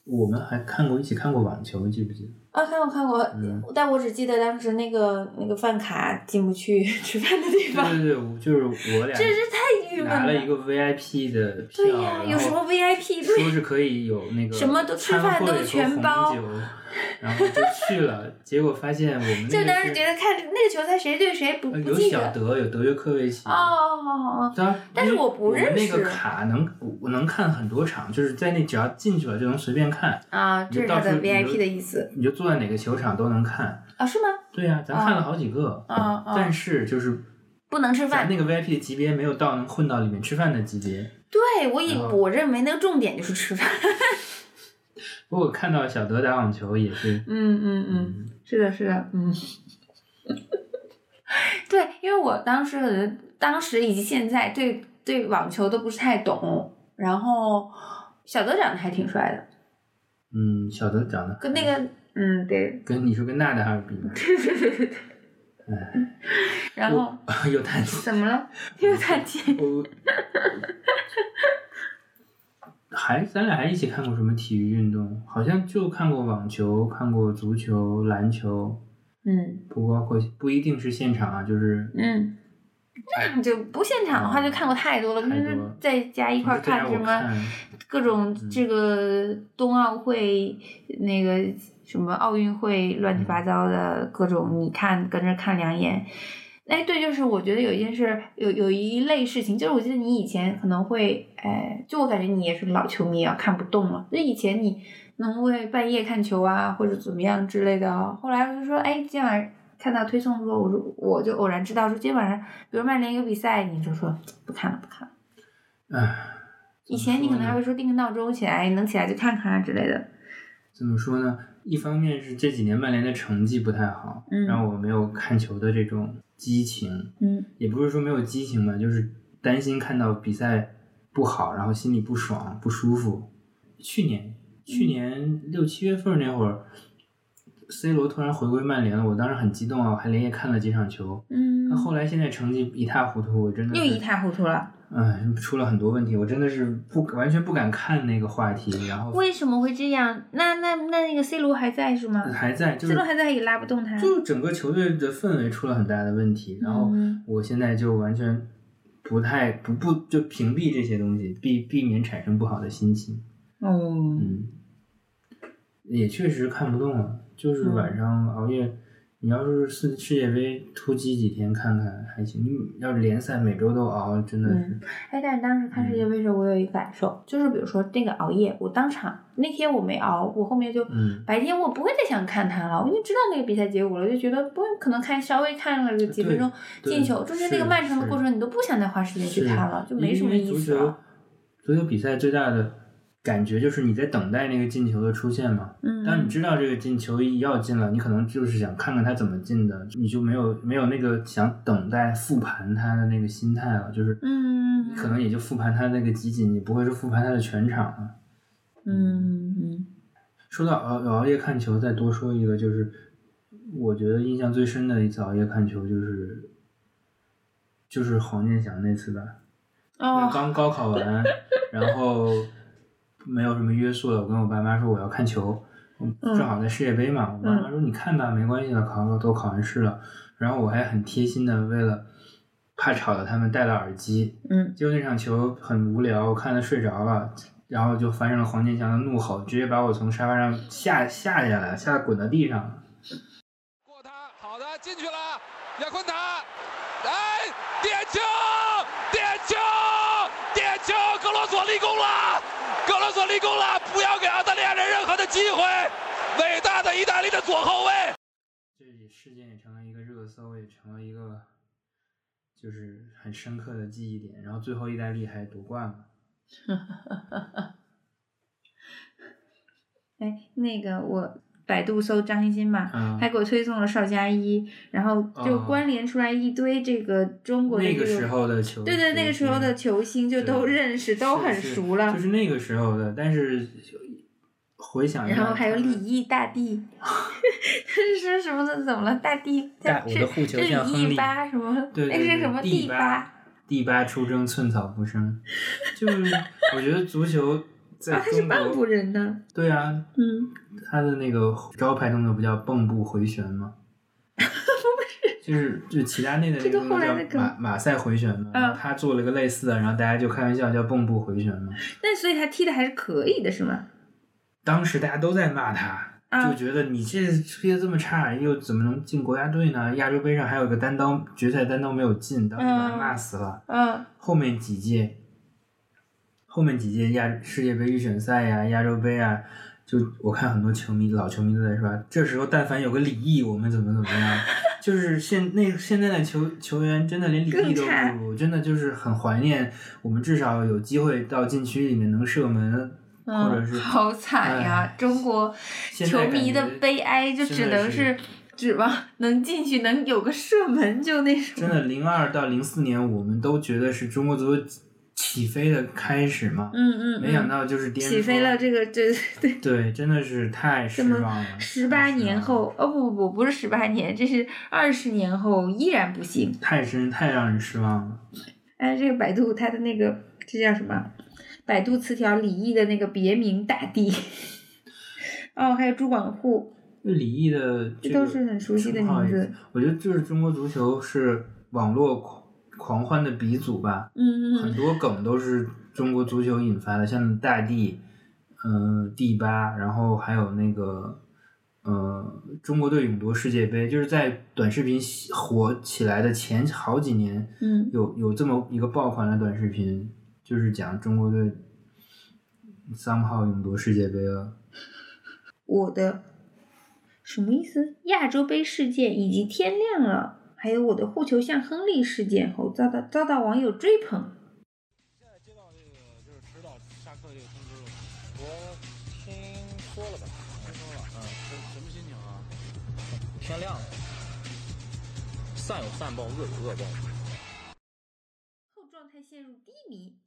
我们还看过一起看过网球，记不记得？
啊，看过看过，
嗯
但我只记得当时那个那个饭卡进不去 吃饭的地方，
对对对，我就是我俩。
真是太郁闷
拿了一
了。
个 VIP 的票，
对呀、有什么 VIP
说
对？
是可以有那个
什么都吃
餐
饭
会
都
和
全
红
包
酒，然后就去了，结果发现我们那
就
个
当时
是
觉得看着那个球赛谁对谁不
呃
不
有
记
小
得。
德有德约科维奇
哦，哦哦哦，
当然
但是
因为
我不
们
认
那个
识
卡能我能看很多场，就是在那只要进去了就能随便看，
啊，
你
这
就是到
他
处
的
你就
VIP 的意思
你就坐在哪个球场都能看。
啊？是吗？
对呀、咱看了好几个，
啊啊
但是就是
不能哦吃
咱
饭。
那个 VIP 的级别没有到能混到里面吃饭的级别。
对我以
然后
我认为那个重点就是吃饭。
不过我看到小德打网球也是，
嗯嗯嗯。
嗯，
是的，是的，嗯， 对，因为我当时可能当时以及现在对对网球都不是太懂，然后小德长得还挺帅的，
嗯，小德长得
跟那个嗯对，
跟你说跟纳达尔比吗？
然后
我 又叹气。
怎么了？又叹 气？
我还咱俩还一起看过什么体育运动？好像就看过网球，看过足球、篮球，
嗯
不包括不一定是现场啊，就是
嗯，那你就不现场的话就看过太多了，
哎啊太
就
多
是
了
在家一块儿
就在家
看
我
什么
看嗯
各种这个冬奥会、那个什么奥运会乱七八糟的各种，你看跟着看两眼。哎，对，就是我觉得有一件事，有有一类事情，就是我记得你以前可能会，哎，就我感觉你也是老球迷啊，看不动了。就以前你能会半夜看球啊，或者怎么样之类的啊。后来我就说，哎，今天晚上看到推送说，我说我就偶然知道说今天晚上，比如曼联一个比赛，你就说不看了，不看了。
唉，
以前你可能还
会
会说定个闹钟起来，能起来就看看啊之类的。
怎么说呢？一方面是这几年曼联的成绩不太好，
嗯
让我没有看球的这种激情，
嗯
也不是说没有激情吧，就是担心看到比赛不好，然后心里不爽不舒服。去年
嗯
去年六七月份那会儿，C 罗突然回归曼联了，我当时很激动啊，我还连夜看了几场球。
嗯
那后来现在成绩一塌糊涂，我真的
又
是
一塌糊涂了。
哎，出了很多问题，我真的是不完全不敢看那个话题，然后
为什么会这样？那那那那个 C 罗还在是吗、
嗯还在就是
c 罗还在也拉不动他。
就整个球队的氛围出了很大的问题，然后
嗯
我现在就完全不太不不就屏蔽这些东西，避避免产生不好的心情。嗯
哦，嗯
嗯，也确实看不动了，就是晚上熬夜，你要是世世界杯突击几天看看还行，你要是联赛每周都熬，真的是，
哎，但是当时看世
嗯
界杯时候，我有一感受，就是比如说那个熬夜，我当场那天我没熬，我后面就、
嗯，
白天我不会再想看它了，我就知道那个比赛结果了，就觉得不可能看稍微看了个几分钟
对
进球，中间那个
是
漫长的过
是
程，你都不想再花时间去
是
看了，就没什么
因为
意
足
思
球
了。，
足球比赛最大的感觉就是你在等待那个进球的出现嘛。当你
嗯，
知道这个进球一要进了，你可能就是想看看他怎么进的，你就没有没有那个想等待复盘他的那个心态了，就是
嗯
可能也就复盘他那个集锦，你不会是复盘他的全场了。
嗯嗯
说到熬熬夜看球，再多说一个，就是我觉得印象最深的一次熬夜看球就是就是黄健翔那次吧，
哦，
刚高考完，然后没有什么约束了，我跟我爸妈说我要看球，嗯正好在世界杯嘛，我爸妈说你看吧，没关系了，考都考完试了，然后我还很贴心的为了。怕吵到他们，戴了耳机。
嗯，
结果那场球很无聊，我看的睡着了，然后就发生了黄健翔的怒吼，直接把我从沙发上吓吓下来，吓得滚到地上了。
过他，好的，进去了，亚昆塔，哎，点球，点球，点球，格罗索立功了，格罗索立功了，不要给澳大利亚人任何的机会，伟大的意大利的左后卫。
这事件也成了一个热搜，也成了一个就是很深刻的记忆点。然后最后意大利还夺冠了。
哎，那个我百度搜张欣欣嘛，
嗯
还给我推送了邵佳一，然后就
哦
关联出来一堆这个中国的
那
这
个时候的球，
对对，那个时候的球星就都认识，都很熟了。
就是那个时候的，但是回想一下，
然后还有李毅大 帝，他是说什么的？怎么了？大帝，
大
他
我
是
的护球
是
像亨
李
利
毅八什么？那
对对
个
对，
哎是什么？啊
第
八？，
第八出征，寸草不生。就是我觉得足球在
啊，他是
中
蚌埠
国，
人呢。
对啊，
嗯，
他的那个招牌动作不叫蚌埠回 旋吗？就是就是齐达内的那
这
个
个
动
后来
作
那
叫
个嗯
马马赛回旋嘛，然后他做了个类似的，然后大家就开玩笑叫蚌埠回旋嘛。
那所以他踢的还是可以的，是吗？
当时大家都在骂他，
啊
就觉得你这吹的这么差，又怎么能进国家队呢？亚洲杯上还有个单刀决赛单刀没有进，当时把他
嗯
骂死了。
嗯
后面几届，后面几届亚世界杯预选赛呀、亚洲杯啊，就我看很多球迷老球迷都在说，这时候但凡有个李毅，我们怎么怎么 样。就是现那现在的球球员真的连李毅都
更差
不如，真的就是很怀念我们至少有机会到禁区里面能射门，或者
嗯，
是
好惨呀
哎！
中国
现在
球迷
感
的
觉
悲哀就
真
只
的
能
是
是指望 能进去，能有个射门就那什
真
么。
的，零二到零四年，我们都觉得是中国足球起飞的开始嘛，
嗯嗯，
没想到就是颠覆
起飞了，这个这对。
对，真的是太失
这么
望了。
十八年后，哦不不不，不是十八年，这是二十年后依然不行。
太失望了，太真太让人失望了。
哎，这个百度它的那个这叫什么？百度词条李毅的那个别名大帝。 哦，还有朱广沪，
李毅的
这
这
都
个
是很熟悉的
称号
名
也
字。
我觉得就是中国足球是网络狂狂欢的鼻祖吧，
嗯嗯
很
嗯，
多梗都是中国足球引发的，像大地，嗯、第八，然后还有那个，呃，中国队勇夺世界杯，就是在短视频火起来的前好几年，
嗯
有有这么一个爆款的短视频，就是讲中国队 somehow 勇夺世界杯啊了。
我的什么意思？亚洲杯事件以及天亮了，还有我的护球像亨利事件后，遭到遭到网友追捧。
现在接到这个就是指导下课这个通知了吗？我听说了吧，听说了。嗯，什什么心情啊？ 天亮了，散有散报，恶有恶报。
后状态陷入低迷。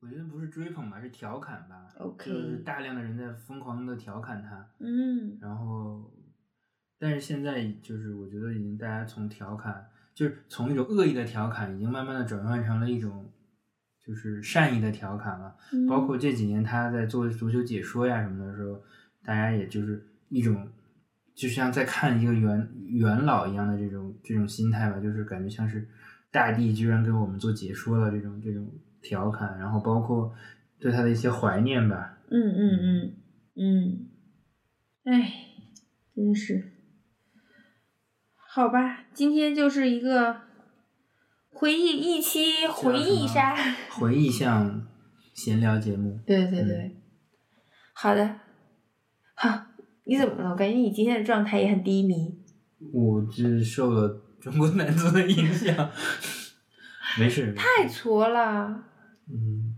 我觉得不是追捧吧，是调侃吧
OK
就是大量的人在疯狂的调侃他。
嗯
然后，但是现在就是我觉得已经大家从调侃，就是从一种恶意的调侃，已经慢慢的转换成了一种就是善意的调侃了。
嗯
包括这几年他在做足球解说呀什么的时候，大家也就是一种就像在看一个元元老一样的这种这种心态吧，就是感觉像是大帝居然给我们做解说了这种这种调侃，然后包括对他的一些怀念吧。
嗯嗯嗯嗯，哎，真是。好吧，今天就是一个回忆一期回忆杀。
回忆向闲聊节目，
对对对，
嗯
好的，好，你怎么了？我感觉你今天的状态也很低迷。
我这受了中国男足的影响， 没事，
太挫了，
嗯，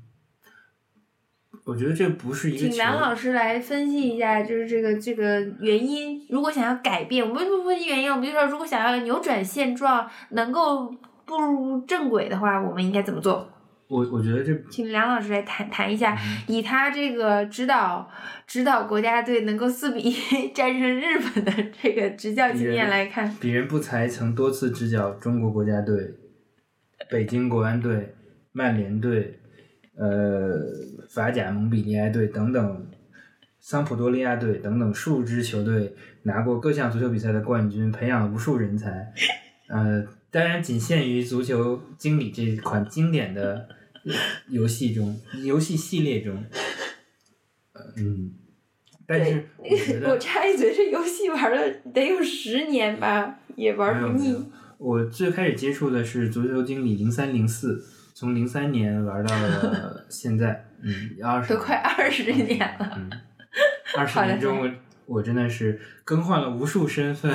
我觉得这不是一个
请
球
梁老师来分析一下，就是这个这个原因。如果想要改变，我们不分析原因，我们就说如果想要扭转现状，能够步入正轨的话，我们应该怎么做？
我我觉得这
请梁老师来谈谈一下，
嗯
以他这个指导指导国家队能够四比一 战胜日本的这个执教经验来看，
鄙人不才曾多次执教中国国家队、北京国安队、曼联队、呃法甲蒙彼利埃队等等，桑普多利亚队等等数支球队拿过各项足球比赛的冠军，培养了无数人才。呃，当然仅限于足球经理这款经典的游戏中，游戏系列中。呃嗯，但是我觉得
我插一嘴，这游戏玩了得有十年吧，也玩
没
不
有没有
腻。
我最开始接触的是《足球经理零三零四》，从零三年玩到 了现在，嗯，二十
都快20年了。
嗯，二十
好的
年中我我真的是更换了无数 身份，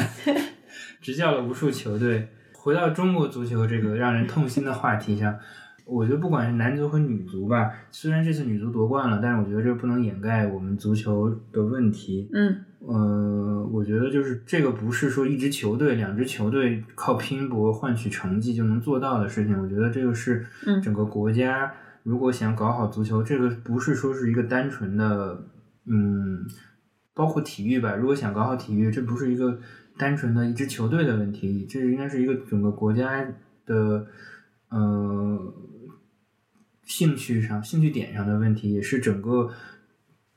执教了无数球队。回到中国足球这个让人痛心的话题上，我觉得不管是男足和女足吧，虽然这次女足夺冠了，但是我觉得这不能掩盖我们足球的问题。
嗯，
呃，我觉得就是这个不是说一支球队、两支球队靠拼搏换取成绩就能做到的事情。我觉得这个是
嗯
整个国家如果想搞好足球，这个不是说是一个单纯的嗯，包括体育吧。如果想搞好体育，这不是一个单纯的一支球队的问题，这应该是一个整个国家的呃兴趣上、兴趣点上的问题，也是整个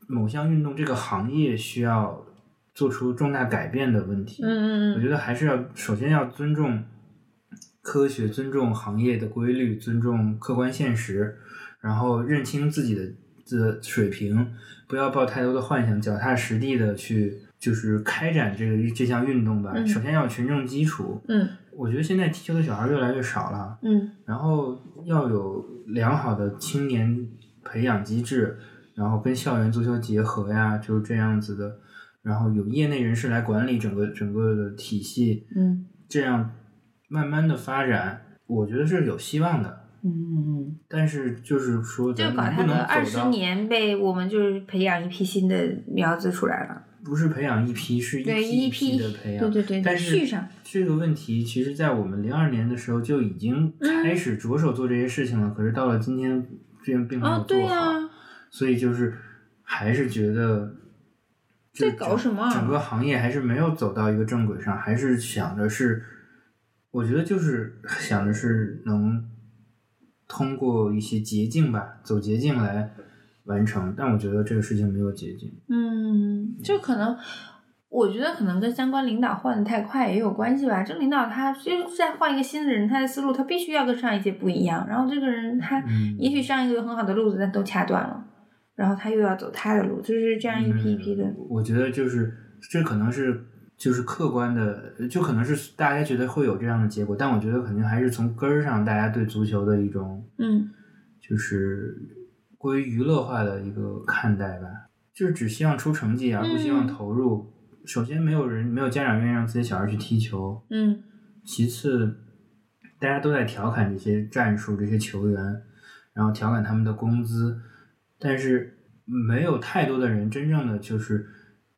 某项运动这个行业需要做出重大改变的问题。
嗯
我
嗯
觉得还是要首先要尊重科学，尊重行业的规律，尊重客观现实，然后认清自己的的水平，不要抱太多的幻想，脚踏实地的去就是开展这个这项运动吧。
嗯
首先要有群众基础，
嗯
我觉得现在踢球的小孩越来越少了，
嗯
然后要有良好的青年培养机制，然后跟校园足球结合呀，就这样子的。然后有业内人士来管理整个整个的体系，
嗯
这样慢慢的发展，我觉得是有希望的。
嗯嗯
但是就是说，
就
咱
搞
们
他
不
的
能
二
走
十
到
年被我们就是培养一批新的苗子出来了，
不是培养一批，是一
对
批
一
批
批
的培养。
对对对，
但是
续上，
这个问题，其实在我们零二年的时候就已经
嗯
开始着手做这些事情了，可是到了今天，这样并没有
啊，对
做好。
呀、
所以就是还是觉得就
在搞
整
什么啊
整个行业还是没有走到一个正轨上，还是想着是，我觉得就是想着是能通过一些捷径吧，走捷径来完成。但我觉得这个事情没有捷径。
嗯，就可能，我觉得可能跟相关领导换的太快也有关系吧。这领导他就是再换一个新的人，他的思路他必须要跟上一届不一样。然后这个人他
嗯
也许上一个有很好的路子，但都掐断了，然后他又要走他的路，就是这样一批一批的。
嗯我觉得就是这可能是就是客观的，就可能是大家觉得会有这样的结果，但我觉得肯定还是从根儿上大家对足球的一种
嗯
就是过于娱乐化的一个看待吧，就是只希望出成绩啊而不希望
嗯
投入。首先，没有人没有家长愿意让自己小孩去踢球，
嗯
其次，大家都在调侃这些战术、这些球员，然后调侃他们的工资，但是没有太多的人真正的就是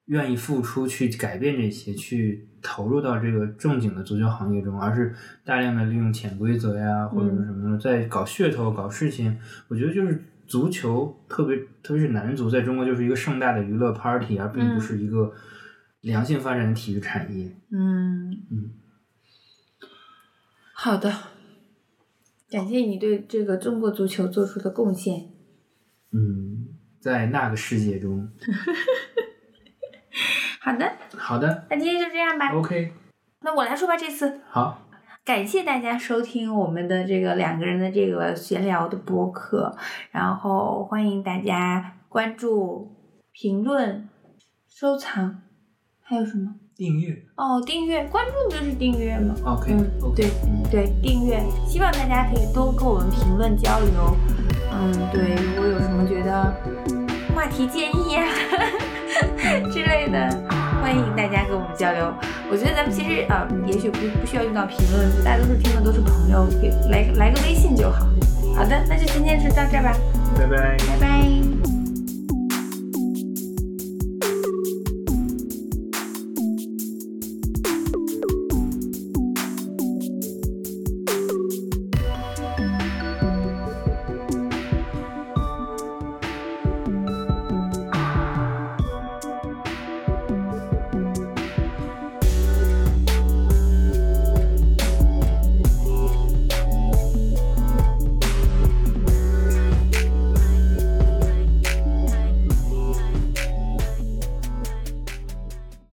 愿意付出去改变这些，去投入到这个正经的足球行业中，而是大量的利用潜规则呀或者是什么的，在搞噱头、搞事情。我觉得就是足球，特别特别是男足，在中国就是一个盛大的娱乐 party，而并不
嗯
是一个良性发展的体育产业。
嗯
嗯，
好的，感谢你对这个中国足球做出的贡献。
嗯，在那个世界中。
好的，
好的
那今天就这样吧。
，OK，
那我来说吧，这次。
好，
感谢大家收听我们的这个两个人的这个闲聊的播客，然后欢迎大家关注、评论、收藏，还有什么？
订阅
哦，订阅关注就是订阅嘛。
，OK，
嗯
OK，
对
嗯
对，订阅，希望大家可以多跟我们评论交流。嗯，对，如果有什么觉得话题建议啊之类的，欢迎大家跟我们交流。我觉得咱们其实啊、也许不不需要用到评论，大多数听的都是朋友，给来来个微信就好。好的，那就今天就到这儿吧，
拜拜。
拜拜。